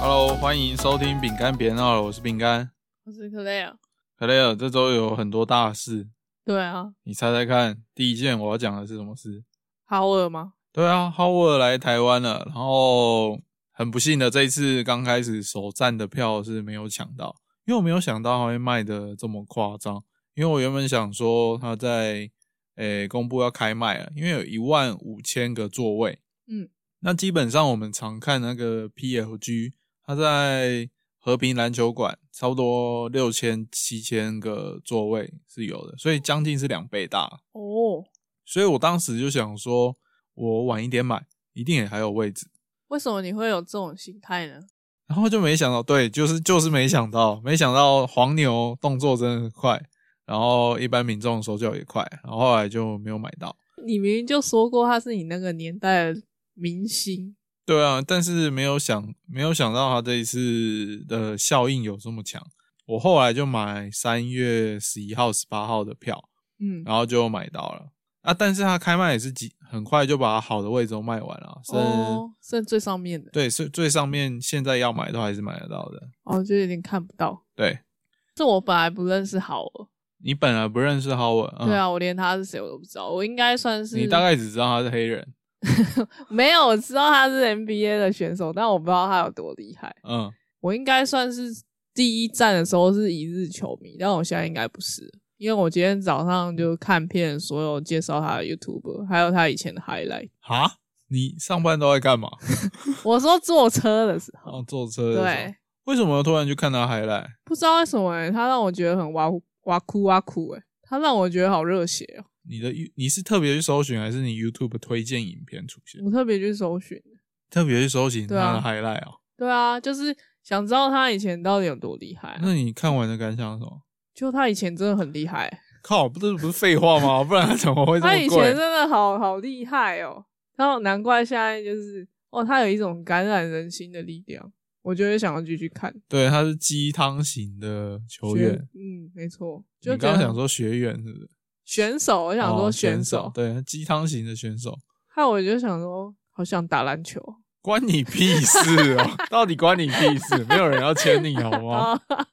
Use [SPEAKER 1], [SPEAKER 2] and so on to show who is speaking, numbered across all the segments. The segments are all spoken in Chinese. [SPEAKER 1] Hello，欢迎收听饼干别闹了，我是饼干。
[SPEAKER 2] 我是 Claire。
[SPEAKER 1] 克雷尔，这周有很多大事，
[SPEAKER 2] 对啊，
[SPEAKER 1] 你猜猜看，第一件我要讲的是什么事？
[SPEAKER 2] 好尔吗？
[SPEAKER 1] 对啊，浩沃尔来台湾了，然后很不幸的，这一次刚开始首站的票是没有抢到，因为我没有想到他会卖的这么夸张，因为我原本想说他在诶、公布要开卖了，因为有一万五千个座位，
[SPEAKER 2] 嗯，
[SPEAKER 1] 那基本上我们常看那个 PLG，它在和平篮球馆差不多六千七千个座位是有的，所以将近是两倍大。
[SPEAKER 2] 哦，
[SPEAKER 1] 所以我当时就想说，我晚一点买，一定也还有位置。
[SPEAKER 2] 为什么你会有这种心态呢？
[SPEAKER 1] 然后就没想到，对，就是就是没想到，没想到黄牛动作真的很快，然后一般民众手脚也快，然后后来就没有买到。
[SPEAKER 2] 你明明就说过他是你那个年代的明星，
[SPEAKER 1] 对啊，但是没有想没有想到它这一次的效应有这么强。我后来就买三月十一号、十八号的票，
[SPEAKER 2] 嗯，
[SPEAKER 1] 然后就买到了啊。但是它开卖也是几很快就把好的位置都卖完了，啊剩、
[SPEAKER 2] 哦，剩最上面的，
[SPEAKER 1] 对，是最上面现在要买都还是买得到的。
[SPEAKER 2] 哦，就有点看不到。
[SPEAKER 1] 对
[SPEAKER 2] 这我本来不认识好尔，
[SPEAKER 1] 你本来不认识 Howard，、嗯、
[SPEAKER 2] 对，啊，我连他是谁我都不知道，我应该算是
[SPEAKER 1] 你大概只知道他是黑人，
[SPEAKER 2] 没有我知道他是 NBA 的选手，但我不知道他有多厉害。
[SPEAKER 1] 嗯，
[SPEAKER 2] 我应该算是第一站的时候是一日球迷，但我现在应该不是，因为我今天早上就看遍所有介绍他的 YouTube，还有他以前的 highlight。
[SPEAKER 1] 哈，你上班都在干嘛？
[SPEAKER 2] 我说坐车的时候，
[SPEAKER 1] 哦，坐车的时候
[SPEAKER 2] 对，，
[SPEAKER 1] 为什么突然去看他海来？
[SPEAKER 2] 不知道为什么、欸、他让我觉得很哇呼哇哭哇哭、欸，他让我觉得好热血哦、
[SPEAKER 1] 你的 You- 你是特别去搜寻，还是你 YouTube 推荐影片出现？
[SPEAKER 2] 我特别去搜寻。
[SPEAKER 1] 特别去搜寻
[SPEAKER 2] 对啊
[SPEAKER 1] 他的 highlight 哦。
[SPEAKER 2] 对啊，就是想知道他以前到底有多厉害啊、
[SPEAKER 1] 那你看完的感想是什么？
[SPEAKER 2] 就他以前真的很厉害、欸
[SPEAKER 1] 靠，不是不是废话吗？不然他怎么会这
[SPEAKER 2] 他以
[SPEAKER 1] 么
[SPEAKER 2] 前真
[SPEAKER 1] 贵？
[SPEAKER 2] 的好好厉害哦，然后难怪现在就是哦，他有一种感染人心的力量，我就会想要继续看。
[SPEAKER 1] 对，他是鸡汤型的球
[SPEAKER 2] 学
[SPEAKER 1] 员。
[SPEAKER 2] 嗯，没错，
[SPEAKER 1] 你
[SPEAKER 2] 就觉
[SPEAKER 1] 刚刚
[SPEAKER 2] 得
[SPEAKER 1] 想说学员是不是？
[SPEAKER 2] 选手，我想
[SPEAKER 1] 哦
[SPEAKER 2] 说
[SPEAKER 1] 选
[SPEAKER 2] 手，
[SPEAKER 1] 对，鸡汤型的选手，
[SPEAKER 2] 害我就想说，好想打篮球
[SPEAKER 1] 关你屁事哦！ 到底关你屁事？没有人要签你好吗？
[SPEAKER 2] 啊！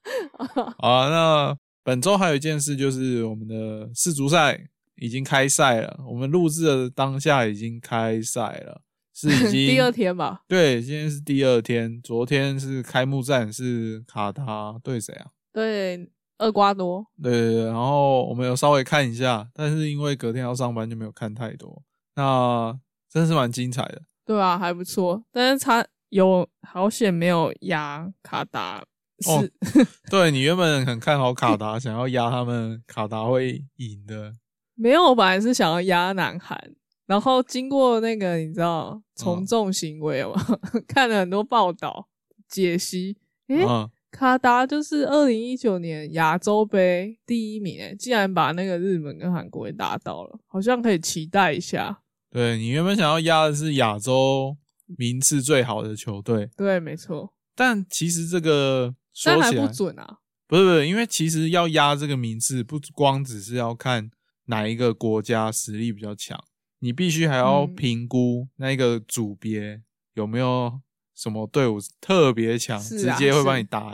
[SPEAKER 1] 好啊，那本周还有一件事就是我们的世足赛已经开赛了，我们录制的当下已经开赛了，是 已经
[SPEAKER 2] 第二天吧，
[SPEAKER 1] 对，今天是第二天，昨天是开幕战是卡塔对谁啊？
[SPEAKER 2] 对，厄瓜多，
[SPEAKER 1] 对对对，然后我们有稍微看一下，但是因为隔天要上班就没有看太多。那真是蛮精彩的，
[SPEAKER 2] 对啊，还不错，但是他有好险没有压卡达，是、
[SPEAKER 1] 哦 对你原本很看好卡达， 想要压他们，卡达会赢的。
[SPEAKER 2] 没有，我本来是想要压南韩，然后经过那个你知
[SPEAKER 1] 嗯
[SPEAKER 2] 道从众行为嘛， 看了很多报道解析，诶、
[SPEAKER 1] 嗯，
[SPEAKER 2] 卡达就是二零一九年亚洲杯第一名、诶欸竟然把那个日本跟韩国给打倒了，好像可以期待一下。
[SPEAKER 1] 对你原本想要压的是亚洲名次最好的球队，
[SPEAKER 2] 对，没错，
[SPEAKER 1] 但其实这个说
[SPEAKER 2] 但还
[SPEAKER 1] 起来
[SPEAKER 2] 不准啊。
[SPEAKER 1] 不是不是，因为其实要压这个名次，不光只是要看哪一个国家实力比较强，你必须还要
[SPEAKER 2] 嗯
[SPEAKER 1] 评估那一个组别有没有什么队伍特别强，
[SPEAKER 2] 是
[SPEAKER 1] 直
[SPEAKER 2] 啊
[SPEAKER 1] 接会把
[SPEAKER 2] 是
[SPEAKER 1] 你打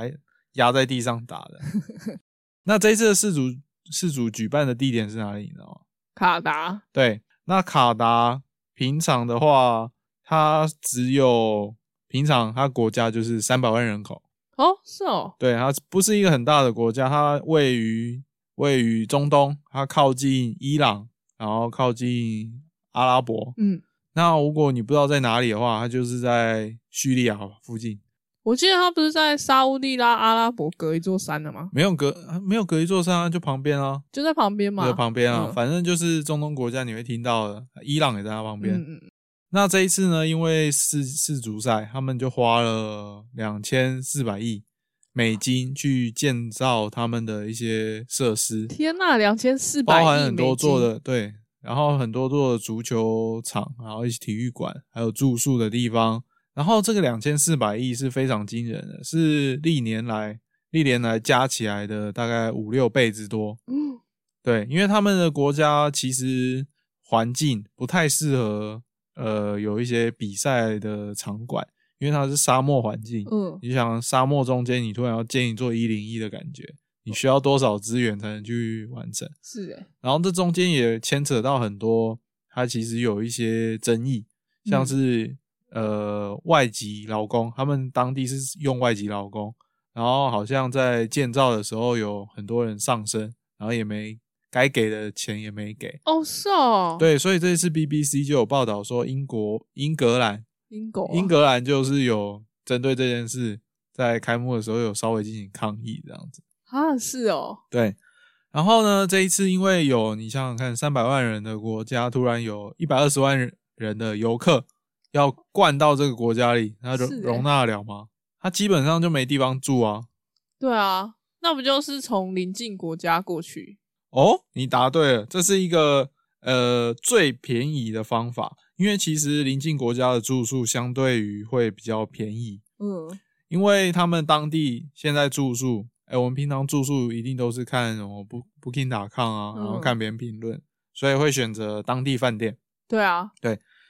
[SPEAKER 1] 压在地上打 的。那这一次的世足世足举办的地点是哪里？你知道吗？
[SPEAKER 2] 卡达
[SPEAKER 1] 对，那卡达平常的话，它只有平常它国家就是三百万人口。
[SPEAKER 2] 哦，是哦，
[SPEAKER 1] 对，它不是一个很大的国家，它位于位于中东，它靠近伊朗，然后靠近阿拉伯。
[SPEAKER 2] 嗯，
[SPEAKER 1] 那如果你不知道在哪里的话，它就是在叙利亚附近，
[SPEAKER 2] 我记得他不是在沙乌地拉阿拉伯隔一座山的吗？
[SPEAKER 1] 没有隔没有隔一座山啊，就旁边啊，
[SPEAKER 2] 就在旁边嘛，
[SPEAKER 1] 就旁边啊，
[SPEAKER 2] 嗯
[SPEAKER 1] 反正就是中东国家你会听到的，伊朗也在它旁边。
[SPEAKER 2] 嗯嗯，
[SPEAKER 1] 那这一次呢，因为世世足赛，他们就花了两千四百亿美金去建造他们的一些设施。
[SPEAKER 2] 天呐、两千四百
[SPEAKER 1] 包含很多座的对，然后很多座的足球场，然后一些体育馆，还有住宿的地方。然后这个两千四百亿是非常惊人的，是历年来历年来加起来的大概五六倍之多。
[SPEAKER 2] 嗯
[SPEAKER 1] 对，因为他们的国家其实环境不太适合，呃，有一些比赛的场馆，因为它是沙漠环境。
[SPEAKER 2] 嗯，
[SPEAKER 1] 你想沙漠中间，你突然要建一座一零一的感觉，你需要多少资源才能去完成？
[SPEAKER 2] 是哎、
[SPEAKER 1] 然后这中间也牵扯到很多，它其实有一些争议，像是、呃外籍劳工，他们当地是用外籍劳工，然后好像在建造的时候有很多人上升，然后也没该给的钱也没给。
[SPEAKER 2] 哦是哦，，
[SPEAKER 1] 对，所以这次 BBC 就有报道说，英国英格兰
[SPEAKER 2] 英国、啊
[SPEAKER 1] 英，格兰就是有针对这件事，在开幕的时候有稍微进行抗议这样子。
[SPEAKER 2] 啊是哦，
[SPEAKER 1] 对，然后呢，这一次因为有你想想看，三百万人的国家，突然有一百二十万人人的游客要灌到这个国家里，那容
[SPEAKER 2] 是欸
[SPEAKER 1] 容纳得了吗？他基本上就没地方住啊。
[SPEAKER 2] 对啊，那不就是从邻近国家过去？
[SPEAKER 1] 哦，你答对了，这是一个呃最便宜的方法，因为其实邻近国家的住宿相对于会比较便宜，
[SPEAKER 2] 嗯，
[SPEAKER 1] 因为他们当地现在住宿，哎、我们平常住宿一定都是看什么 Book Booking.com 啊，
[SPEAKER 2] 嗯
[SPEAKER 1] 然后看别人评论，所以会选择当地饭店。
[SPEAKER 2] 对啊，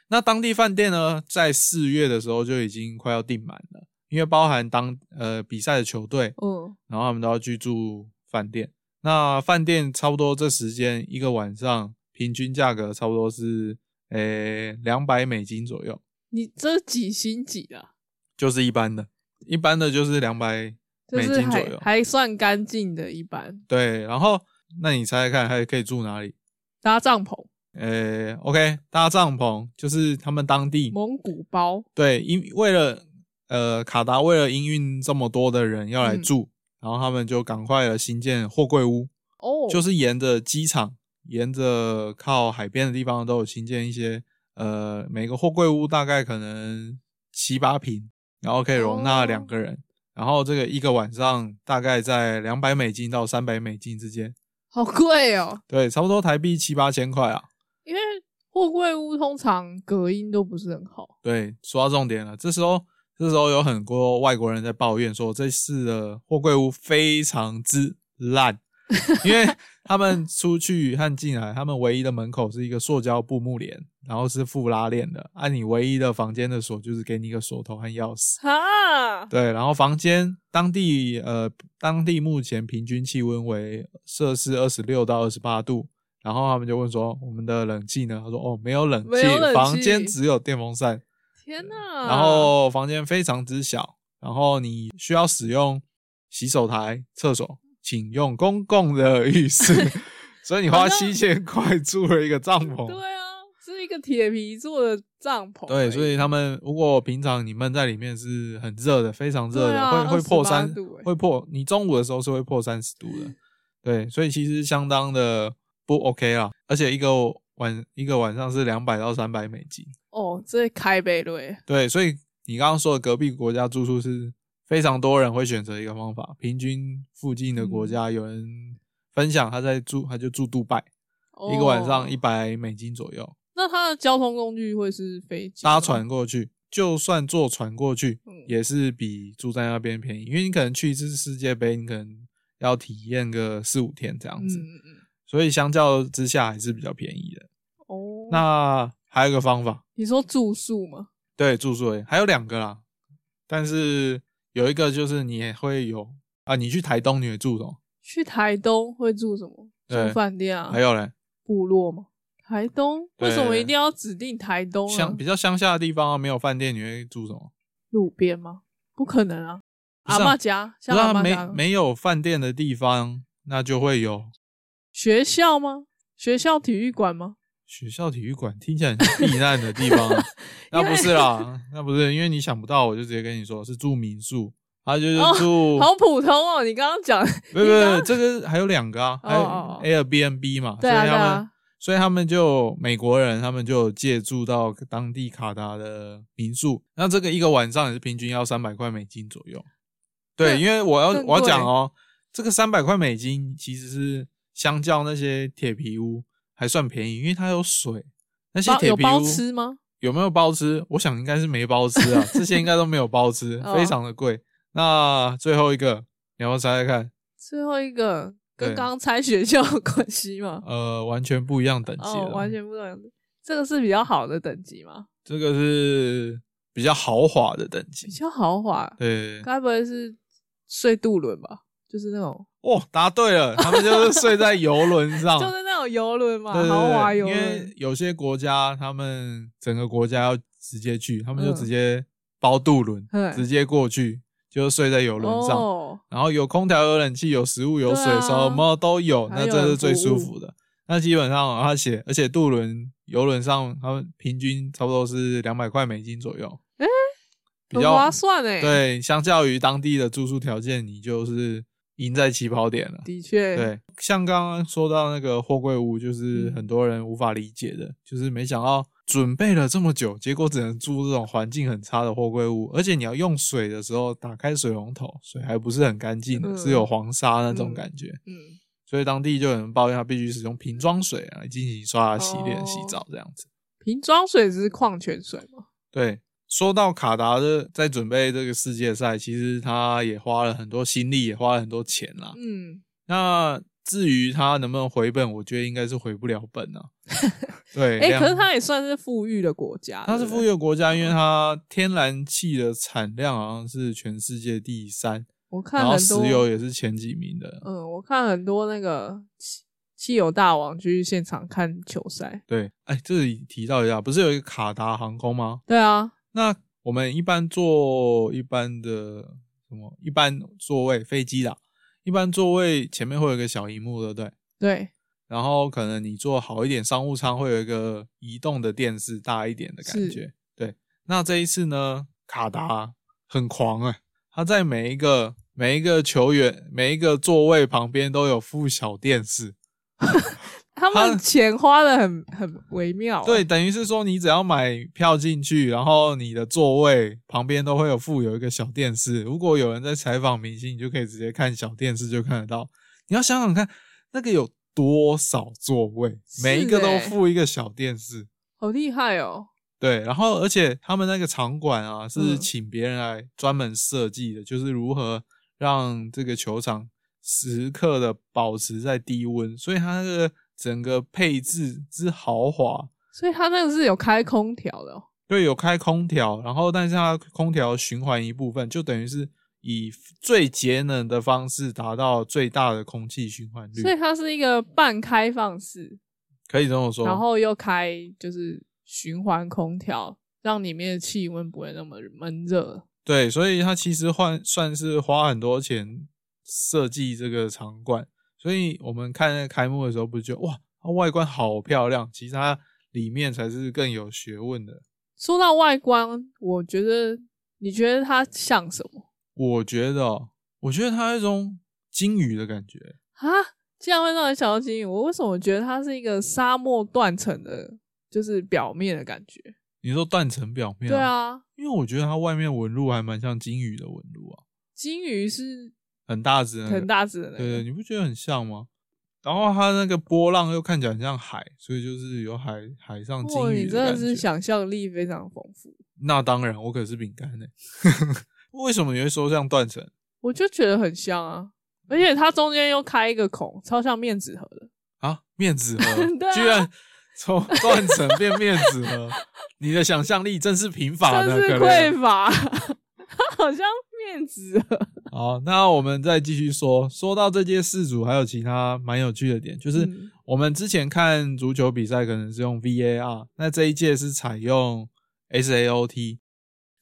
[SPEAKER 1] 那当地饭店呢，在四月的时候就已经快要订满了，因为包含当呃比赛的球队，
[SPEAKER 2] 嗯
[SPEAKER 1] 然后他们都要去住饭店。那饭店差不多这时间一个晚上平均价格差不多是呃两百美金左右，
[SPEAKER 2] 你这几星几啊？
[SPEAKER 1] 就是一般的，一般的就是两百
[SPEAKER 2] 就
[SPEAKER 1] 美
[SPEAKER 2] 是
[SPEAKER 1] 金左
[SPEAKER 2] 还
[SPEAKER 1] 右。
[SPEAKER 2] 还算干净的，一般
[SPEAKER 1] 对，然后那你猜猜看，还可以住哪里？
[SPEAKER 2] 搭帐篷、
[SPEAKER 1] 呃，OK，搭帐篷就是他们当地
[SPEAKER 2] 蒙古包，
[SPEAKER 1] 对，因为了呃卡达为了营运这么多的人要来
[SPEAKER 2] 嗯
[SPEAKER 1] 住，然后他们就赶快了新建货柜屋，
[SPEAKER 2] 哦，
[SPEAKER 1] 就是沿着机场，沿着靠海边的地方都有新建一些呃每个货柜屋大概可能七八平，然后可以容纳
[SPEAKER 2] 哦
[SPEAKER 1] 两个人，然后这个一个晚上大概在两百美金到三百美金之间。
[SPEAKER 2] 好贵哦，
[SPEAKER 1] 对，差不多台币七八千块啊。
[SPEAKER 2] 因为货柜屋通常隔音都不是很好，
[SPEAKER 1] 对，说到重点了，这时候这时候有很多外国人在抱怨说，这次的货柜屋非常之烂，因为他们出去和进来，他们唯一的门口是一个塑胶布幕帘，然后是副拉链的，按、你唯一的房间的锁就是给你一个锁头和钥匙。
[SPEAKER 2] 哈，
[SPEAKER 1] 对，然后房间当地呃，当地目前平均气温为摄氏二十六到二十八度。然后他们就问说：“我们的冷气呢？”他说：“哦，没有冷气，
[SPEAKER 2] 没有冷
[SPEAKER 1] 房间
[SPEAKER 2] 气嗯
[SPEAKER 1] 只有电风扇。
[SPEAKER 2] 天哪，
[SPEAKER 1] 然后房间非常之小，然后你需要使用洗手台、厕所，请用公共的浴 室。所以你花
[SPEAKER 2] 好像
[SPEAKER 1] 七千块住了一个帐篷。
[SPEAKER 2] 对啊，是一个铁皮做的帐篷而已，
[SPEAKER 1] 对，所以他们如果平常你闷在里面是很热的，非常热
[SPEAKER 2] 对
[SPEAKER 1] 的，
[SPEAKER 2] 啊
[SPEAKER 1] 会会破
[SPEAKER 2] 28
[SPEAKER 1] 三
[SPEAKER 2] 度欸，
[SPEAKER 1] 会破。你中午的时候是会破三十度的，
[SPEAKER 2] 嗯
[SPEAKER 1] 对，所以其实相当的不 OK 啦。而且一个晚一个晚上是两百到三百美金，
[SPEAKER 2] 哦，这开欸贝瑞，
[SPEAKER 1] 对，所以你刚刚说的隔壁国家住宿是非常多人会选择一个方法，平均附近的国
[SPEAKER 2] 嗯
[SPEAKER 1] 家有人分享他在住，他就住杜拜，
[SPEAKER 2] 哦
[SPEAKER 1] 一个晚上一，百美金左右，
[SPEAKER 2] 那它的交通工具会是飞机吗
[SPEAKER 1] 搭船过去，就算坐船过去
[SPEAKER 2] 嗯
[SPEAKER 1] 也是比住在那边便宜，因为你可能去一次世界杯，你可能要体验个四五天这样
[SPEAKER 2] 嗯
[SPEAKER 1] 子，
[SPEAKER 2] 嗯嗯，
[SPEAKER 1] 所以相较之下还是比较便宜的。
[SPEAKER 2] 哦，
[SPEAKER 1] 那还有一个方法，
[SPEAKER 2] 你说住宿吗？
[SPEAKER 1] 对，住宿而已还有两个啦，但是有一个就是你也会有啊，你去台东你会住什么？
[SPEAKER 2] 去台东会住什么？
[SPEAKER 1] 对
[SPEAKER 2] 住饭店啊？
[SPEAKER 1] 还有嘞，
[SPEAKER 2] 部落吗？台东
[SPEAKER 1] 对
[SPEAKER 2] 为什么一定要指定台东啊
[SPEAKER 1] 乡？比较乡下的地方啊，没有饭店你会住什么？
[SPEAKER 2] 路边吗？不可能啊！
[SPEAKER 1] 不
[SPEAKER 2] 阿
[SPEAKER 1] 是啊
[SPEAKER 2] 嬷家，
[SPEAKER 1] 不
[SPEAKER 2] 像
[SPEAKER 1] 是
[SPEAKER 2] 阿
[SPEAKER 1] 啊，
[SPEAKER 2] 嬷
[SPEAKER 1] 没
[SPEAKER 2] 家
[SPEAKER 1] 没有饭店的地方，那就会有
[SPEAKER 2] 学校吗？学校体育馆吗？
[SPEAKER 1] 学校体育馆，听起来很像避难的地 方啊、那不是啦，那不是，因为你想不到，我就直接跟你说是住民宿，啊，就是
[SPEAKER 2] 哦
[SPEAKER 1] 住，
[SPEAKER 2] 好普通哦！你刚刚讲，
[SPEAKER 1] 不是不是，这个还有两个啊，还有
[SPEAKER 2] 哦哦哦
[SPEAKER 1] Airbnb 嘛，
[SPEAKER 2] 对
[SPEAKER 1] 所
[SPEAKER 2] 啊
[SPEAKER 1] 以
[SPEAKER 2] 对
[SPEAKER 1] 他们
[SPEAKER 2] 啊，
[SPEAKER 1] 所以他们就美国人，他们就借住到当地卡达的民宿。那这个一个晚上也是平均要三百块美金左右。对，
[SPEAKER 2] 更
[SPEAKER 1] 因为我要
[SPEAKER 2] 更贵
[SPEAKER 1] 我要讲哦，这个三百块美金其实是相较那些铁皮屋还算便宜，因为它有水。那些
[SPEAKER 2] 包
[SPEAKER 1] 铁
[SPEAKER 2] 有
[SPEAKER 1] 皮屋
[SPEAKER 2] 包吃吗？
[SPEAKER 1] 有没有包吃？我想应该是没包吃啊，这些应该都没有包吃，
[SPEAKER 2] 哦
[SPEAKER 1] 非常的贵。那最后一个，你要不要猜猜看？
[SPEAKER 2] 最后一个跟
[SPEAKER 1] 对
[SPEAKER 2] 刚刚猜学校有关系吗？
[SPEAKER 1] 呃，完全不一样等级
[SPEAKER 2] 哦
[SPEAKER 1] 了，，
[SPEAKER 2] 完全不懂。这个是比较好的等级吗？
[SPEAKER 1] 这个是比较豪华的等级
[SPEAKER 2] 比。较豪华，
[SPEAKER 1] 对，
[SPEAKER 2] 该不会是睡渡轮吧？就是那种，
[SPEAKER 1] 哇、答对了，他们就是睡在游轮上，
[SPEAKER 2] 就是那种游轮嘛，
[SPEAKER 1] 哦对对对
[SPEAKER 2] 豪华游
[SPEAKER 1] 因为
[SPEAKER 2] 轮。
[SPEAKER 1] 有些国家他们整个国家要直接去，他们就
[SPEAKER 2] 嗯
[SPEAKER 1] 直接包渡轮，
[SPEAKER 2] 对
[SPEAKER 1] 直接过去，就睡在游轮上，
[SPEAKER 2] 哦，
[SPEAKER 1] 然后有空调、有冷气、有食物、有水，
[SPEAKER 2] 对啊
[SPEAKER 1] 什么都有，
[SPEAKER 2] 啊
[SPEAKER 1] 那
[SPEAKER 2] 还有
[SPEAKER 1] 这是最
[SPEAKER 2] 服
[SPEAKER 1] 舒
[SPEAKER 2] 务
[SPEAKER 1] 服的。那基本上而且而且渡轮、游轮上，他们平均差不多是两百块美金左右，
[SPEAKER 2] 诶
[SPEAKER 1] 比
[SPEAKER 2] 很
[SPEAKER 1] 较
[SPEAKER 2] 划算欸诶。，
[SPEAKER 1] 对，相较于当地的住宿条件，你就是赢在起跑点了。
[SPEAKER 2] 的确，
[SPEAKER 1] 对，像刚刚说到那个货柜屋，就是
[SPEAKER 2] 嗯
[SPEAKER 1] 很多人无法理解的，就是没想到准备了这么久，结果只能住这种环境很差的货柜屋，而且你要用水的时候，打开水龙头，水还不是很干净的，是有
[SPEAKER 2] 嗯
[SPEAKER 1] 黄沙那种
[SPEAKER 2] 嗯
[SPEAKER 1] 感觉，
[SPEAKER 2] 嗯，
[SPEAKER 1] 所以当地就有人抱怨他必须使用瓶装水啊来进行刷牙、洗脸、洗
[SPEAKER 2] 哦
[SPEAKER 1] 澡这样子。
[SPEAKER 2] 瓶装水只是矿泉水嘛。
[SPEAKER 1] 对，说到卡达的在准备这个世界赛，其实他也花了很多心力，也花了很多钱啦。
[SPEAKER 2] 嗯，
[SPEAKER 1] 那至于他能不能回本，我觉得应该是回不了本 啊。对，
[SPEAKER 2] 哎，
[SPEAKER 1] 量
[SPEAKER 2] 可是它也算是富裕的国家，
[SPEAKER 1] 它是
[SPEAKER 2] 对不
[SPEAKER 1] 富
[SPEAKER 2] 对
[SPEAKER 1] 裕的国家，因为它天然气的产量好像是全世界第三，
[SPEAKER 2] 我看
[SPEAKER 1] 然后
[SPEAKER 2] 很
[SPEAKER 1] 石
[SPEAKER 2] 多
[SPEAKER 1] 油也是前几名的。
[SPEAKER 2] 嗯，我看很多那个汽汽油大王去现场看球赛。
[SPEAKER 1] 对，哎，这里提到一下，不是有一个卡达航空吗？
[SPEAKER 2] 对啊，
[SPEAKER 1] 那我们一般坐一般的什么一般座位飞机啦，一般座位前面会有一个小荧幕，对不对？
[SPEAKER 2] 对，
[SPEAKER 1] 然后可能你坐好一点商务舱，会有一个移动的电视，大一点的感觉
[SPEAKER 2] 是。
[SPEAKER 1] 对，那这一次呢，卡达很狂哎、他在每一个每一个球员每一个座位旁边都有附小电视，
[SPEAKER 2] 他
[SPEAKER 1] 它
[SPEAKER 2] 们钱花的很很微妙、
[SPEAKER 1] 对，，等于是说你只要买票进去，然后你的座位旁边都会有附有一个小电视。如果有人在采访明星，你就可以直接看小电视就看得到。你要想想看，那个有多少座位，每一
[SPEAKER 2] 是
[SPEAKER 1] 个都
[SPEAKER 2] 欸
[SPEAKER 1] 附一个小电视。
[SPEAKER 2] 好厉害哦。
[SPEAKER 1] 对，然后而且他们那个场馆啊，是
[SPEAKER 2] 嗯
[SPEAKER 1] 请别人来专门设计的，就是如何让这个球场时刻的保持在低温，所以它那个整个配置之豪华，
[SPEAKER 2] 所以他那个是有开空调的、哦，
[SPEAKER 1] 对，有开空调，然后但是它空调循环一部分，就等于是以最节能的方式达到最大的空气循环率
[SPEAKER 2] 所，以它是一个半开放式，
[SPEAKER 1] 可以这么说。
[SPEAKER 2] 然后又开就是循环空调，让里面的气温不会那么闷热。
[SPEAKER 1] 对，所以他其实换算是花很多钱设计这个场馆，所以我们看那个开幕的时候，不是觉得哇，它外观好漂亮，其实它里面才是更有学问的。
[SPEAKER 2] 说到外观，我觉得你觉得它像什么
[SPEAKER 1] 我觉得哦，我觉得它有一种金鱼的感觉，
[SPEAKER 2] 啊？竟然会让人想到金鱼，我为什么觉得它是一个沙漠断层的，就是表面的感觉？
[SPEAKER 1] 你说断层表面、
[SPEAKER 2] 对，啊，
[SPEAKER 1] 因为我觉得它外面纹路还蛮像金鱼的纹路啊，
[SPEAKER 2] 金鱼是
[SPEAKER 1] 很大只、那个，
[SPEAKER 2] 很大只的那
[SPEAKER 1] 对，
[SPEAKER 2] 个，
[SPEAKER 1] 你不觉得很像吗？然后它那个波浪又看起来很像海，所以就是有海海上金
[SPEAKER 2] 哇，
[SPEAKER 1] 鱼
[SPEAKER 2] 你真
[SPEAKER 1] 的
[SPEAKER 2] 的
[SPEAKER 1] 感觉。
[SPEAKER 2] 是想象力非常丰富。
[SPEAKER 1] 那当然，我可是饼干呢。 为什么你会说像断层？
[SPEAKER 2] 我就觉得很像啊，而且它中间又开一个孔，超像面纸盒的。
[SPEAKER 1] 啊？面子盒
[SPEAKER 2] 对啊
[SPEAKER 1] 居然从断层变面子盒，你的想象力真是贫乏
[SPEAKER 2] 真
[SPEAKER 1] 的，
[SPEAKER 2] 是
[SPEAKER 1] 可能。
[SPEAKER 2] 匮乏， 它好像面纸盒。
[SPEAKER 1] 好，那我们再继续说，说到这届世足，还有其他蛮有趣的点，就是
[SPEAKER 2] 嗯
[SPEAKER 1] 我们之前看足球比赛可能是用 VAR，那这一届是采用 SAOT，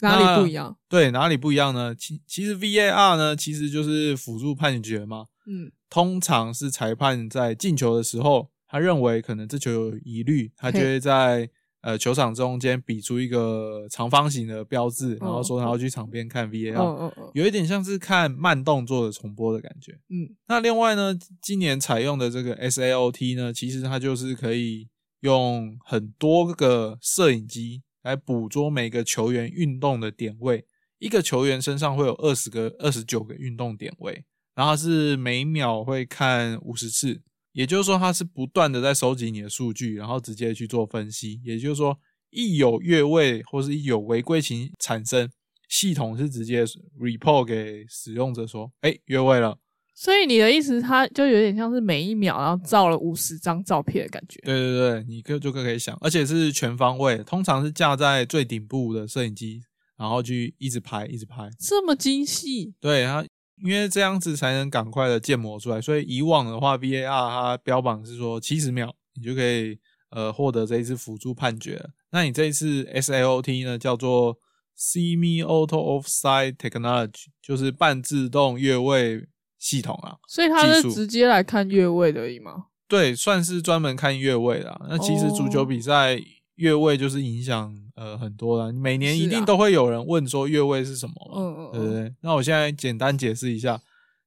[SPEAKER 2] 哪里不一样？
[SPEAKER 1] 对，哪里不一样呢？其其实 VAR 呢，其实就是辅助判决嘛，
[SPEAKER 2] 嗯，
[SPEAKER 1] 通常是裁判在进球的时候，他认为可能这球有疑虑，他就会在呃球场中间比出一个长方形的标志，然后说他要去场边看
[SPEAKER 2] 嗯
[SPEAKER 1] VAR，、
[SPEAKER 2] 嗯嗯，
[SPEAKER 1] 有一点像是看慢动作的重播的感觉。
[SPEAKER 2] 嗯，
[SPEAKER 1] 那另外呢，今年采用的这个 SAOT 呢，其实它就是可以用很多个摄影机来捕捉每个球员运动的点位。一个球员身上会有二十个、二十九个运动点位，然后它是每秒会看五十次，也就是说它是不断的在收集你的数据，然后直接去做分析。也就是说，一有越位或是一有违规情产生，系统是直接 report 给使用者说：“哎、越位了。”
[SPEAKER 2] 所以你的意思，它就有点像是每一秒然后照了五十张照片的感觉。
[SPEAKER 1] 对对对，你可就可以想，而且是全方位，通常是架在最顶部的摄影机，然后去一直拍，一直拍。
[SPEAKER 2] 这么精细，
[SPEAKER 1] 对它，因为这样子才能赶快的建模出来。所以以往的话，VAR 它标榜是说七十秒，你就可以呃获得这一次辅助判决了。那你这一次 SLOT 呢，叫做 Semi Auto Offside Technology，就是半自动越位系统啊。
[SPEAKER 2] 所以他
[SPEAKER 1] 技
[SPEAKER 2] 是
[SPEAKER 1] 术
[SPEAKER 2] 直接来看越位的而已嘛。
[SPEAKER 1] 对，算是专门看越位啦。那其实足
[SPEAKER 2] 哦
[SPEAKER 1] 球比赛越位就是影响呃很多啦，每年一
[SPEAKER 2] 是
[SPEAKER 1] 定
[SPEAKER 2] 啊
[SPEAKER 1] 都会有人问说越位是什么嘛，
[SPEAKER 2] 嗯嗯
[SPEAKER 1] 对不
[SPEAKER 2] 嗯
[SPEAKER 1] 对？那我现在简单解释一下，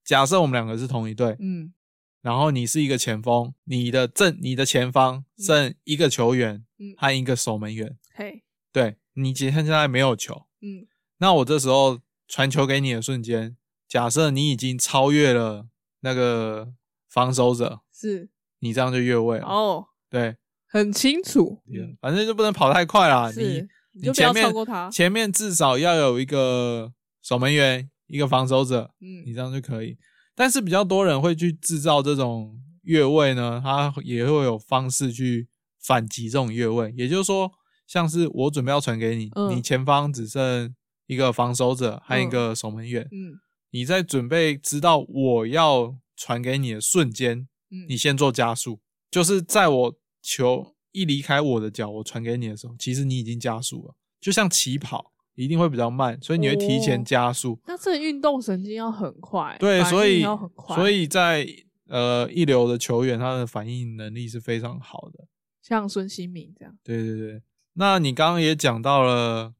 [SPEAKER 1] 假设我们两个是同一队，
[SPEAKER 2] 嗯，
[SPEAKER 1] 然后你是一个前锋，你的正你的前方剩一个球员
[SPEAKER 2] 嗯
[SPEAKER 1] 和一个守门员，
[SPEAKER 2] 嘿，
[SPEAKER 1] 对你接现在没有球，
[SPEAKER 2] 嗯，
[SPEAKER 1] 那我这时候传球给你的瞬间，假设你已经超越了那个防守者，
[SPEAKER 2] 是
[SPEAKER 1] 你这样就越位了，
[SPEAKER 2] 哦，
[SPEAKER 1] 对。啊
[SPEAKER 2] 很清楚，
[SPEAKER 1] 反正就不能跑太快啦。
[SPEAKER 2] 是
[SPEAKER 1] 啊你
[SPEAKER 2] 你就不
[SPEAKER 1] 前
[SPEAKER 2] 要
[SPEAKER 1] 面
[SPEAKER 2] 超过他。
[SPEAKER 1] 前面至少要有一个守门员，一个防守者，你
[SPEAKER 2] 嗯，
[SPEAKER 1] 这样就可以。但是比较多人会去制造这种越位呢，他也会有方式去反击这种越位。也就是说，像是我准备要传给你，
[SPEAKER 2] 嗯
[SPEAKER 1] 你前方只剩一个防守者和一
[SPEAKER 2] 嗯
[SPEAKER 1] 个守门员，
[SPEAKER 2] 嗯
[SPEAKER 1] 你在准备知道我要传给你的瞬间，
[SPEAKER 2] 嗯，
[SPEAKER 1] 你先做加速，就是在我球一离开我的脚，我传给你的时候，其实你已经加速了，就像起跑一定会比较慢，所以你会提
[SPEAKER 2] 哦
[SPEAKER 1] 前加速。
[SPEAKER 2] 那这运动神经要很快，
[SPEAKER 1] 对，
[SPEAKER 2] 反应
[SPEAKER 1] 所以
[SPEAKER 2] 要很快，
[SPEAKER 1] 所以在呃一流的球员，他的反应能力是非常好的。
[SPEAKER 2] 像孙兴民这样，
[SPEAKER 1] 对对对，那你刚刚也讲到了，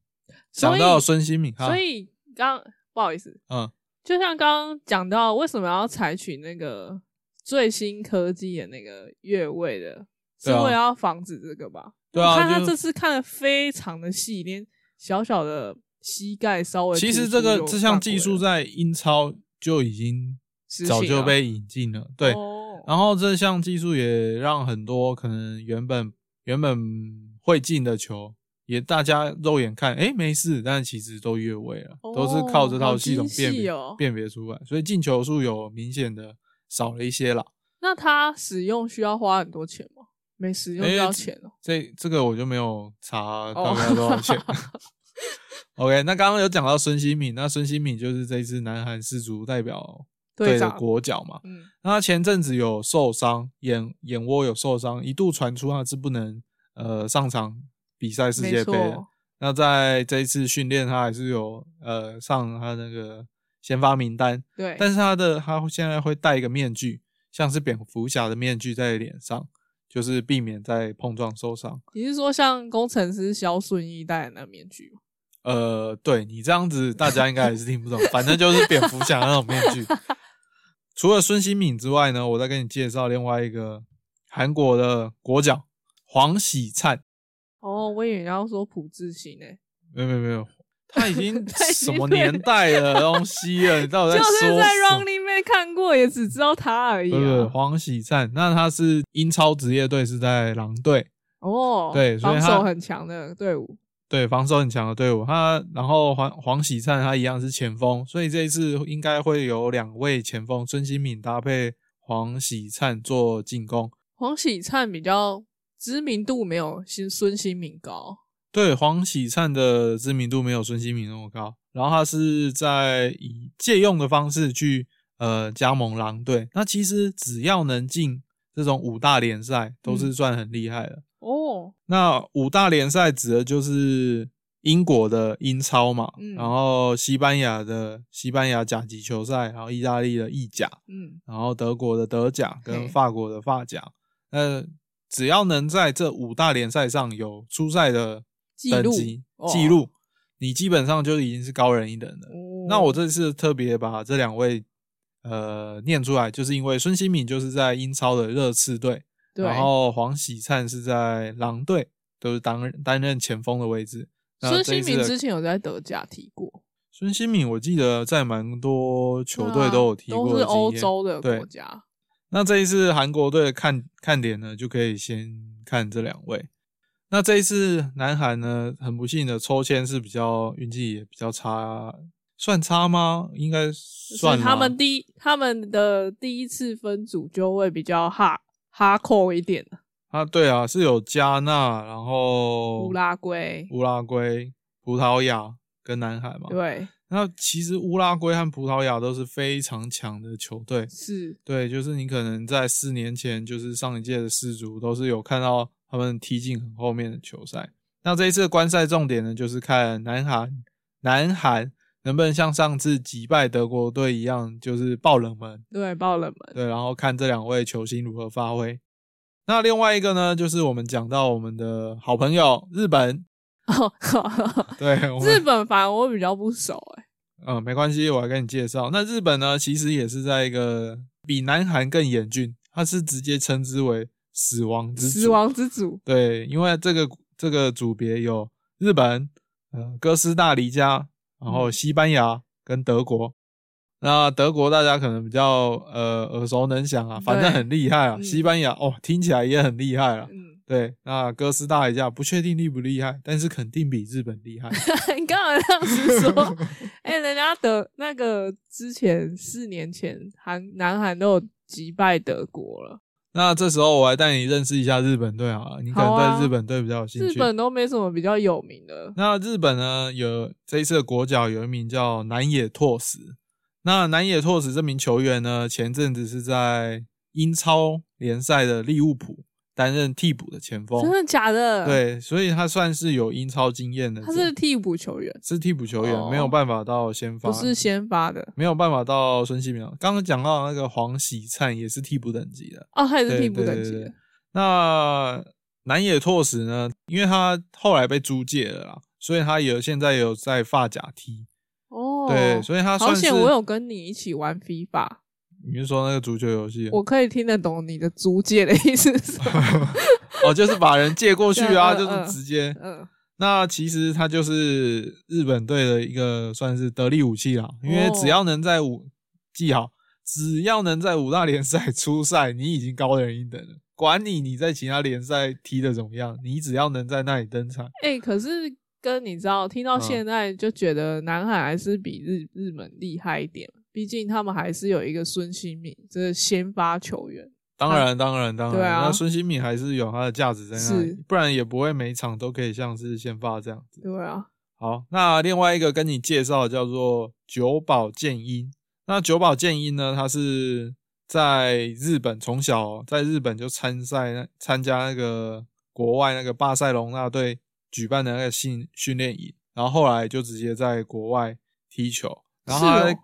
[SPEAKER 2] 所
[SPEAKER 1] 讲
[SPEAKER 2] 以
[SPEAKER 1] 到了孙兴敏哈，
[SPEAKER 2] 所以刚不好意思，
[SPEAKER 1] 嗯，
[SPEAKER 2] 就像刚刚讲到，为什么要采取那个最新科技的那个越位的，是
[SPEAKER 1] 对啊
[SPEAKER 2] 为了要防止这个吧？
[SPEAKER 1] 对啊
[SPEAKER 2] 我看他
[SPEAKER 1] 就
[SPEAKER 2] 这次看的非常的细，连小小的膝盖稍微
[SPEAKER 1] 其
[SPEAKER 2] 突
[SPEAKER 1] 实
[SPEAKER 2] 出
[SPEAKER 1] 这个
[SPEAKER 2] 就
[SPEAKER 1] 这
[SPEAKER 2] 犯
[SPEAKER 1] 项
[SPEAKER 2] 规
[SPEAKER 1] 技术
[SPEAKER 2] 了
[SPEAKER 1] 在英超就已经
[SPEAKER 2] 实
[SPEAKER 1] 早
[SPEAKER 2] 行
[SPEAKER 1] 就
[SPEAKER 2] 了
[SPEAKER 1] 被引进了，对。
[SPEAKER 2] 哦
[SPEAKER 1] 然后这项技术也让很多可能原本原本会进的球，也大家肉眼看，诶没事，但其实都越位了，
[SPEAKER 2] 哦
[SPEAKER 1] 都是靠这套系统
[SPEAKER 2] 好精
[SPEAKER 1] 辨
[SPEAKER 2] 细
[SPEAKER 1] 别、
[SPEAKER 2] 哦
[SPEAKER 1] 辨别出来，所以进球数有明显的少了一些啦。
[SPEAKER 2] 那它使用需要花很多钱吗？没使用就要钱哦、
[SPEAKER 1] 这这个我就没有查大概多少 钱。OK，那刚刚有讲到孙兴敏，那孙兴敏就是这次南韩世足代表队
[SPEAKER 2] 队
[SPEAKER 1] 的
[SPEAKER 2] 长，
[SPEAKER 1] 国脚嘛，
[SPEAKER 2] 嗯，
[SPEAKER 1] 那他前阵子有受伤，眼眼窝有受伤，一度传出他是不能呃上场比赛世界
[SPEAKER 2] 没
[SPEAKER 1] 杯的
[SPEAKER 2] 错。，
[SPEAKER 1] 那在这一次训练，他还是有呃上他那个先发名单，
[SPEAKER 2] 对，
[SPEAKER 1] 但是他的他现在会戴一个面具，像是蝙蝠侠的面具在脸上，就是避免在碰撞受伤。
[SPEAKER 2] 你是说像工程师肖顺义戴的那面具吗？
[SPEAKER 1] 呃，对你这样子，大家应该还是听不懂。反正就是蝙蝠侠那种面具。 除了孙兴敏之外呢，我再给你介绍另外一个韩国的国脚黄喜灿。
[SPEAKER 2] 哦，我以为你要说朴智星诶、
[SPEAKER 1] 没有没有没有，他已 经
[SPEAKER 2] 他已经
[SPEAKER 1] 什么年代的东西了？你到底在
[SPEAKER 2] 就
[SPEAKER 1] 说什
[SPEAKER 2] 是
[SPEAKER 1] 么？
[SPEAKER 2] 在 Running Man 看过，也只知道他而已、
[SPEAKER 1] 对对，
[SPEAKER 2] 啊。
[SPEAKER 1] 黄喜灿，那他是英超职业队是在狼队，
[SPEAKER 2] 哦，
[SPEAKER 1] 对所以
[SPEAKER 2] 防
[SPEAKER 1] 他
[SPEAKER 2] 守很强的队伍，
[SPEAKER 1] 对防守很强的队伍。他然后黄黄喜灿他一样是前锋，所以这一次应该会有两位前锋孙兴敏搭配黄喜灿做进攻。
[SPEAKER 2] 黄喜灿比较知名度没有新孙兴敏高。
[SPEAKER 1] 对黄喜灿的知名度没有孙兴民那么高，然后他是在以借用的方式去呃加盟狼队。那其实只要能进这种五大联赛，都是算很厉害的。
[SPEAKER 2] 哦，
[SPEAKER 1] 那五大联赛指的就是英国的英超嘛，
[SPEAKER 2] 嗯
[SPEAKER 1] 然后西班牙的西班牙甲级球赛，然后意大利的意甲，
[SPEAKER 2] 嗯，
[SPEAKER 1] 然后德国的德甲跟
[SPEAKER 2] 嘿
[SPEAKER 1] 法国的法甲。呃，只要能在这五大联赛上有出赛的
[SPEAKER 2] 记
[SPEAKER 1] 等
[SPEAKER 2] 录
[SPEAKER 1] 级
[SPEAKER 2] 哦
[SPEAKER 1] 记录，你基本上就已经是高人一等了。
[SPEAKER 2] 哦
[SPEAKER 1] 那我这次特别把这两位呃念出来，就是因为孙兴敏就是在英超的热刺队，
[SPEAKER 2] 对，
[SPEAKER 1] 然后黄喜灿是在狼队，都是担任担任前锋的位置。那
[SPEAKER 2] 孙
[SPEAKER 1] 这一
[SPEAKER 2] 兴
[SPEAKER 1] 次
[SPEAKER 2] 敏
[SPEAKER 1] 的
[SPEAKER 2] 之前有在德甲踢过，
[SPEAKER 1] 孙兴敏，我记得在蛮多球队都有踢过、
[SPEAKER 2] 对啊都是欧。洲的
[SPEAKER 1] 对
[SPEAKER 2] 国家。
[SPEAKER 1] 那这一次韩国队的看看点呢，就可以先看这两位。那这一次南韩呢，很不幸的抽签是比较运气也比较差，算差吗？应该
[SPEAKER 2] 所
[SPEAKER 1] 算
[SPEAKER 2] 以
[SPEAKER 1] 啦
[SPEAKER 2] 他们第一他们的第一次分组就会比较哈哈扣一点的，
[SPEAKER 1] 啊，对啊，是有加纳，然后
[SPEAKER 2] 乌拉圭、
[SPEAKER 1] 乌拉圭、葡萄牙跟南海嘛。
[SPEAKER 2] 对，
[SPEAKER 1] 那其实乌拉圭和葡萄牙都是非常强的球队，
[SPEAKER 2] 是，
[SPEAKER 1] 对，就是你可能在四年前，就是上一届的世足都是有看到他们踢进很后面的球赛。那这一次的观赛重点呢，就是看南韩南韩能不能像上次击败德国队一样，就是爆冷门，
[SPEAKER 2] 对，爆冷门，
[SPEAKER 1] 对，然后看这两位球星如何发挥。那另外一个呢，就是我们讲到我们的好朋友日本，哦对，我们
[SPEAKER 2] 日本反而我比较不熟、欸，
[SPEAKER 1] 嗯，没关系，我来跟你介绍。那日本呢，其实也是在一个比南韩更严峻，它是直接称之为“死亡之组
[SPEAKER 2] 死亡之组，
[SPEAKER 1] 对，因为这个这个组别有日本、呃哥斯达黎加，然
[SPEAKER 2] 嗯
[SPEAKER 1] 后西班牙跟德国。那德国大家可能比较呃耳熟能详啊，反正很厉害啊。
[SPEAKER 2] 嗯
[SPEAKER 1] 西班牙哦，听起来也很厉害啊。
[SPEAKER 2] 嗯，
[SPEAKER 1] 对，那哥斯达黎加不确定厉不厉害，但是肯定比日本厉害。
[SPEAKER 2] 你干嘛这样子说？哎、人家德那个之前四年前韩南韩都有击败德国了，
[SPEAKER 1] 那这时候我来带你认识一下日本队好了，你可能
[SPEAKER 2] 好啊
[SPEAKER 1] 对日本队比较有兴
[SPEAKER 2] 日
[SPEAKER 1] 趣。
[SPEAKER 2] 本都没什么比较有名的，
[SPEAKER 1] 那日本呢，有这一次的国脚有一名叫南野拓实。那南野拓实这名球员呢，前阵子是在英超联赛的利物浦担任替补的前锋
[SPEAKER 2] 真，的假的？，
[SPEAKER 1] 对，所以他算是有英超经验的，
[SPEAKER 2] 他是替补球员，
[SPEAKER 1] 是替补球员，
[SPEAKER 2] 哦
[SPEAKER 1] 没有办法到先发，
[SPEAKER 2] 不是先发的
[SPEAKER 1] 没有办法到孙兴民。刚刚讲到那个黄喜灿也是替补等级的，
[SPEAKER 2] 哦，他也是
[SPEAKER 1] 对
[SPEAKER 2] 替补等
[SPEAKER 1] 对
[SPEAKER 2] 级
[SPEAKER 1] 对
[SPEAKER 2] 的
[SPEAKER 1] 对。那南野拓实呢，因为他后来被租借了啦，所以他有现在有在发甲踢，
[SPEAKER 2] 哦，
[SPEAKER 1] 对，所以他
[SPEAKER 2] 好
[SPEAKER 1] 算是
[SPEAKER 2] 险我有跟你一起玩 FIFA，
[SPEAKER 1] 你是说那个足球游戏啊，
[SPEAKER 2] 我可以听得懂你的租借的意思是什 么。
[SPEAKER 1] 哦，就是把人借过去啊，
[SPEAKER 2] 对嗯
[SPEAKER 1] 就是直接。
[SPEAKER 2] 嗯，
[SPEAKER 1] 那其实他就是日本队的一个算是得力武器啦，因为
[SPEAKER 2] 哦
[SPEAKER 1] 只要能在五记好，只要能在五大联赛出赛，你已经高人一等了。管你你在其他联赛踢的怎么样，你只要能在那里登场，
[SPEAKER 2] 哎、可是跟你知道，听
[SPEAKER 1] 嗯
[SPEAKER 2] 到现在就觉得南海还是比日日本厉害一点，毕竟他们还是有一个孙兴敏，这是先发球员。
[SPEAKER 1] 当然，当然，当然。
[SPEAKER 2] 对啊
[SPEAKER 1] 那孙兴敏还是有他的价值在那里
[SPEAKER 2] 是，
[SPEAKER 1] 不然也不会每场都可以像是先发这样子。
[SPEAKER 2] 对啊，
[SPEAKER 1] 好，那另外一个跟你介绍的叫做久保健英。那久保健英呢，他是在日本从小在日本就参赛那参加那个国外那个巴塞隆纳队举办的那个训训练营，然后后来就直接在国外踢球，然后他在、
[SPEAKER 2] 是哦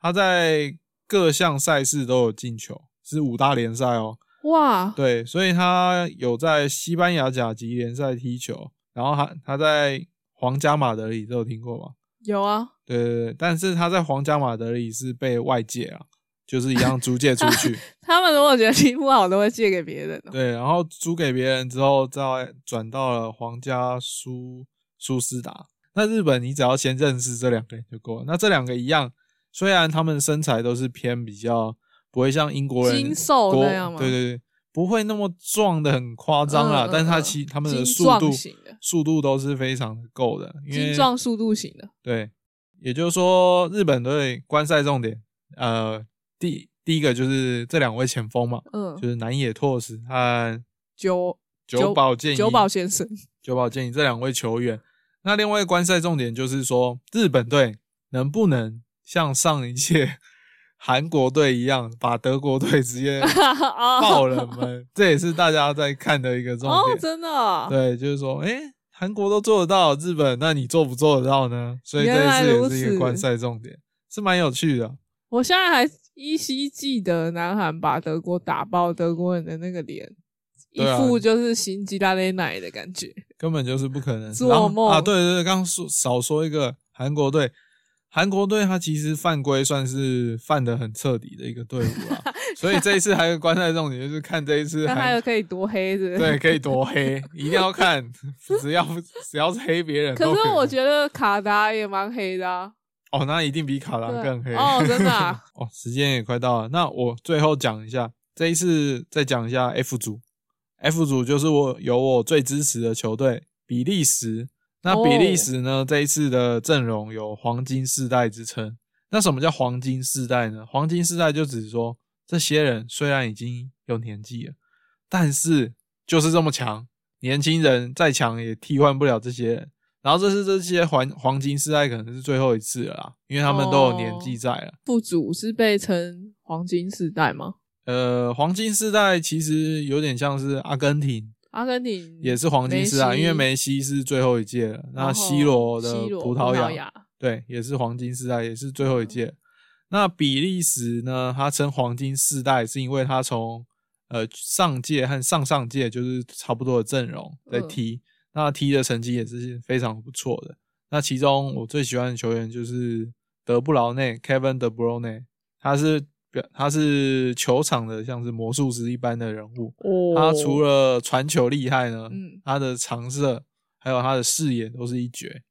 [SPEAKER 1] 他在各项赛事都有进球，是五大联赛哦。
[SPEAKER 2] 哇，
[SPEAKER 1] 对，所以他有在西班牙甲级联赛踢球，然后他他在皇家马德里都有听过吧？
[SPEAKER 2] 有啊，
[SPEAKER 1] 对对对，但是他在皇家马德里是被外界啊，就是一样租借出去，
[SPEAKER 2] 他们如果觉得踢不好，都会借给别人哦、
[SPEAKER 1] 对，然后租给别人之后，再转到了皇家苏苏斯达。那日本你只要先认识这两个人就够了。那这两个一样，虽然他们身材都是偏比较不会像英国人
[SPEAKER 2] 精瘦
[SPEAKER 1] 国
[SPEAKER 2] 哦那样吗
[SPEAKER 1] 对对对，不会那么壮的很夸张啦，
[SPEAKER 2] 嗯嗯
[SPEAKER 1] 但是他
[SPEAKER 2] 嗯
[SPEAKER 1] 其他们的
[SPEAKER 2] 精
[SPEAKER 1] 速
[SPEAKER 2] 壮
[SPEAKER 1] 度
[SPEAKER 2] 型的
[SPEAKER 1] 速度都是非常的够的，因
[SPEAKER 2] 精
[SPEAKER 1] 为
[SPEAKER 2] 壮速度型的，
[SPEAKER 1] 对，也就是说日本队观赛重点，呃，第第一个就是这两位前锋嘛，
[SPEAKER 2] 嗯，
[SPEAKER 1] 就是南野拓实和
[SPEAKER 2] 九
[SPEAKER 1] 久保健一
[SPEAKER 2] 九保先生，
[SPEAKER 1] 久保建议这两位球员。那另外观赛重点就是说，日本队能不能像上一届 韩国队一样，把德国队直接 爆冷门？这也是大家在看的一个重
[SPEAKER 2] 哦，
[SPEAKER 1] 点。
[SPEAKER 2] 真的哦、
[SPEAKER 1] 对，就是说，诶、韩国都做得到，日本那你做不做得到呢？所以这
[SPEAKER 2] 原来
[SPEAKER 1] 一
[SPEAKER 2] 如
[SPEAKER 1] 次也是一个
[SPEAKER 2] 此
[SPEAKER 1] 观赛重点，是蛮有趣的。
[SPEAKER 2] 我现在还依稀记得南韩把德国打爆，德国人的那个脸，一
[SPEAKER 1] 对啊
[SPEAKER 2] 副就是心机拉勒奶的感觉。
[SPEAKER 1] 根本就是不可能。
[SPEAKER 2] 做
[SPEAKER 1] 然后
[SPEAKER 2] 梦
[SPEAKER 1] 啊！对对对，刚刚说少说一个韩国队，韩国队他其实犯规算是犯的很彻底的一个队伍 啦，所以这一次还有观赛重点就是看这一次
[SPEAKER 2] 那还
[SPEAKER 1] 韩
[SPEAKER 2] 有可以多黑是不是？
[SPEAKER 1] 对可以多黑，一定要 看，只要只要是黑别人都
[SPEAKER 2] 可
[SPEAKER 1] 以。
[SPEAKER 2] 是我觉得卡达也蛮黑的、啊，
[SPEAKER 1] 哦，那一定比卡
[SPEAKER 2] 对
[SPEAKER 1] 郎
[SPEAKER 2] 啊
[SPEAKER 1] 更黑。
[SPEAKER 2] 哦，真的、啊
[SPEAKER 1] 哦，时间也快到了，那我最后讲一下，这一次再讲一下 F 组。F 组就是我有我最支持的球队比利时。那比利时呢，这一次的阵容有黄金世代之称。那什么叫黄金世代呢？黄金世代就只是说这些人虽然已经有年纪了，但是就是这么强，年轻人再强也替换不了这些人。然后这是这些黄黄金世代可能是最后一次了啦，因为他们都有年纪在了。
[SPEAKER 2] 副主是被称黄金世代吗？
[SPEAKER 1] 呃，黄金世代其实有点像是阿根廷
[SPEAKER 2] 阿根廷
[SPEAKER 1] 也是黄金世代，
[SPEAKER 2] 嗯梅西
[SPEAKER 1] 因为梅西是最后一届了，
[SPEAKER 2] 然
[SPEAKER 1] 那
[SPEAKER 2] 后
[SPEAKER 1] C 罗的
[SPEAKER 2] C 罗
[SPEAKER 1] 葡
[SPEAKER 2] 葡
[SPEAKER 1] 萄
[SPEAKER 2] 牙
[SPEAKER 1] 牙对也是黄金世代，也是最后一届。那比利时呢，它称黄金世代是因为它从呃上届和上上届就是差不多的阵容在
[SPEAKER 2] 嗯
[SPEAKER 1] 踢，那踢的成绩也是非常不错的。那其中我最喜欢的球员就是德布劳内 （Kevin De Bruyne），他是表他是球场的像是魔术师一般的人物。
[SPEAKER 2] 哦，
[SPEAKER 1] 他除了传球厉害呢，
[SPEAKER 2] 嗯
[SPEAKER 1] 他的长射还有他的视野都是一绝。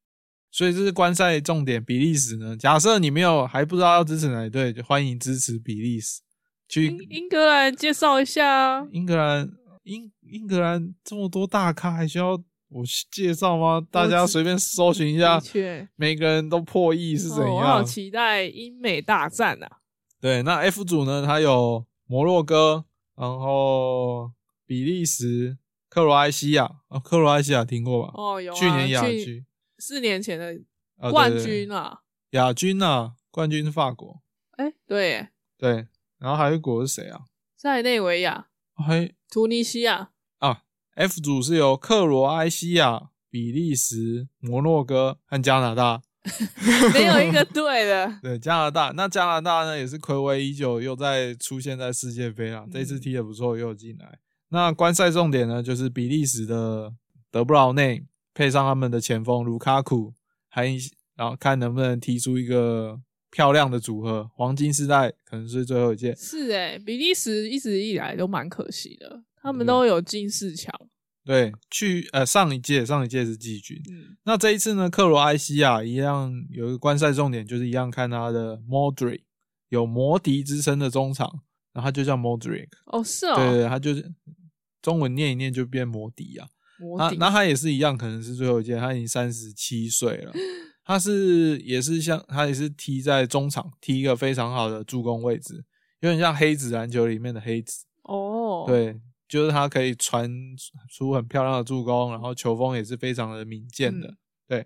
[SPEAKER 1] 所以这是观赛重点。比利时呢，假设你没有还不知道要支持哪一队，就欢迎支持比利时。去
[SPEAKER 2] 英英格兰介绍一下啊，
[SPEAKER 1] 英格兰，英英格兰这么多大咖，还需要我介绍吗？大家
[SPEAKER 2] 我只
[SPEAKER 1] 随便搜寻一下
[SPEAKER 2] 的，确
[SPEAKER 1] 每个人都破亿是怎
[SPEAKER 2] 哦我好
[SPEAKER 1] 样？
[SPEAKER 2] 期待英美大战啊！
[SPEAKER 1] 对，那 F 组呢，它有摩洛哥，然后比利时、克罗埃西亚，哦，克罗埃西亚听过吧？
[SPEAKER 2] 哦，有啊
[SPEAKER 1] 去年亚
[SPEAKER 2] 去
[SPEAKER 1] 军，
[SPEAKER 2] 四年前的
[SPEAKER 1] 啊
[SPEAKER 2] 冠
[SPEAKER 1] 对对对
[SPEAKER 2] 军啊，
[SPEAKER 1] 亚军啊，冠军是法国，
[SPEAKER 2] 哎、对耶，
[SPEAKER 1] 对，然后还有一国是谁啊？哦
[SPEAKER 2] 塞内维亚、
[SPEAKER 1] 还
[SPEAKER 2] 突尼西亚，
[SPEAKER 1] F 组是由克罗埃西亚、比利时、摩洛哥和加拿大，
[SPEAKER 2] 没有一个 对的。
[SPEAKER 1] 对，加拿大。那加拿大呢，也是暌违已久，又再出现在世界杯啦。这次踢得不错，又有进来。那观赛重点呢，就是比利时的德布劳内配上他们的前锋卢卡库，还一然后看能不能踢出一个漂亮的组合。黄金时代可能是最后一届，
[SPEAKER 2] 是哎、比利时一直以来都蛮可惜的，他们
[SPEAKER 1] 嗯
[SPEAKER 2] 都有进四强。
[SPEAKER 1] 对，去呃上一届上一届是季军。
[SPEAKER 2] 嗯，
[SPEAKER 1] 那这一次呢，克罗埃西亚一样有一个观赛重点，就是一样看他的 Modric 有魔笛之称的中场，然后他就叫 Modric。
[SPEAKER 2] 哦，是哦，
[SPEAKER 1] 对对，对，他就是中文念一念就变摩迪啊。
[SPEAKER 2] 摩
[SPEAKER 1] 那
[SPEAKER 2] 迪
[SPEAKER 1] 那他也是一样，可能是最后一届，他已经三十七岁 了。他是也是像他也是踢在中场，踢一个非常好的助攻位置，有点像黑子篮球里面的黑子。
[SPEAKER 2] 哦，，
[SPEAKER 1] 对，就是他可以传出很漂亮的助攻，然后球风也是非常的敏健的。
[SPEAKER 2] 嗯
[SPEAKER 1] 对，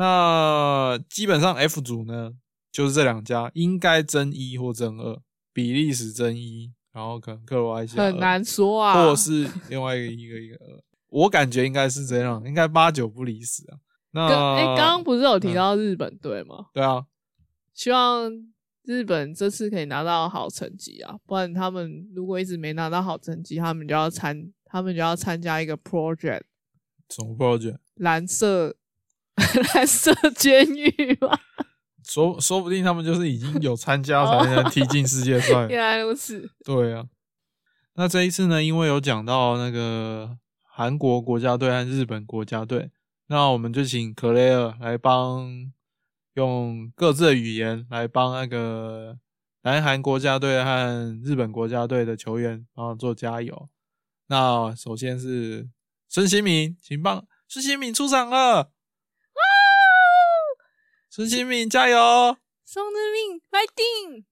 [SPEAKER 1] 那基本上 F 组呢，就是这两家应该争一或争二，比利时争一，然后可能克罗埃西亚
[SPEAKER 2] 很
[SPEAKER 1] 二
[SPEAKER 2] 难说啊。
[SPEAKER 1] 或是另外一个一个一个二。我感觉应该是这样，应该八九不离十啊。嗯那
[SPEAKER 2] 跟哎，刚刚、不是有提到日本队吗？
[SPEAKER 1] 对啊，
[SPEAKER 2] 希望日本这次可以拿到好成绩啊，不然他们如果一直没拿到好成绩，他们就要参，他们就要参加一个 project
[SPEAKER 1] 什么 project？
[SPEAKER 2] 蓝色 蓝色监狱吧。。
[SPEAKER 1] 说说不定他们就是已经有参加才能踢进世界赛
[SPEAKER 2] 原来如此，
[SPEAKER 1] 对啊，那这一次呢，因为有讲到那个韩国国家队和日本国家队，那我们就请克雷尔来帮用各自的语言来帮那个南韩国家队和日本国家队的球员帮他做加油。那首先是孙兴民，请帮孙兴民出场了，孙兴民加油！
[SPEAKER 2] 宋之命 fighting！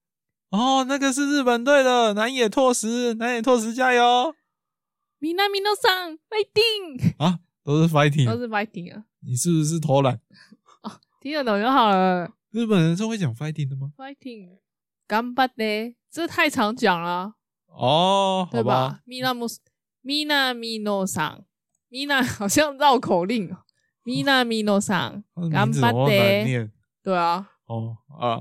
[SPEAKER 1] 哦，那个是日本队的南野拓实，南野拓实加油！
[SPEAKER 2] 米娜米诺桑 fighting，
[SPEAKER 1] 啊，都是
[SPEAKER 2] 都
[SPEAKER 1] fighting，
[SPEAKER 2] 是 fighting 啊，
[SPEAKER 1] 你是不是偷懒？
[SPEAKER 2] 听得懂就好了。
[SPEAKER 1] 日本人是会讲 fighting 的吗？
[SPEAKER 2] fighting，干巴爹，这太常讲了啊。
[SPEAKER 1] 哦，
[SPEAKER 2] 对
[SPEAKER 1] 好吧
[SPEAKER 2] 吧？？米娜姆斯，米娜米诺桑，米娜好像绕口令哦。米娜米诺桑
[SPEAKER 1] 他的，
[SPEAKER 2] 干
[SPEAKER 1] 名字
[SPEAKER 2] 巴
[SPEAKER 1] 好像难
[SPEAKER 2] 爹，
[SPEAKER 1] 念
[SPEAKER 2] 对啊，
[SPEAKER 1] 哦啊。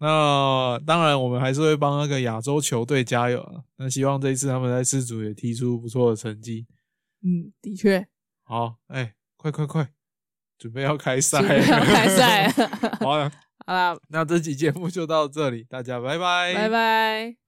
[SPEAKER 1] 那当然，我们还是会帮那个亚洲球队加油啊。那希望这一次他们在四组也踢出不错的成绩。
[SPEAKER 2] 嗯，的确，
[SPEAKER 1] 好，哎、快快快，准备要开赛，
[SPEAKER 2] 今天要开 赛了，
[SPEAKER 1] 好了，
[SPEAKER 2] 好啦，哎
[SPEAKER 1] 那这期节目就到这里，大家拜拜，
[SPEAKER 2] 拜。拜。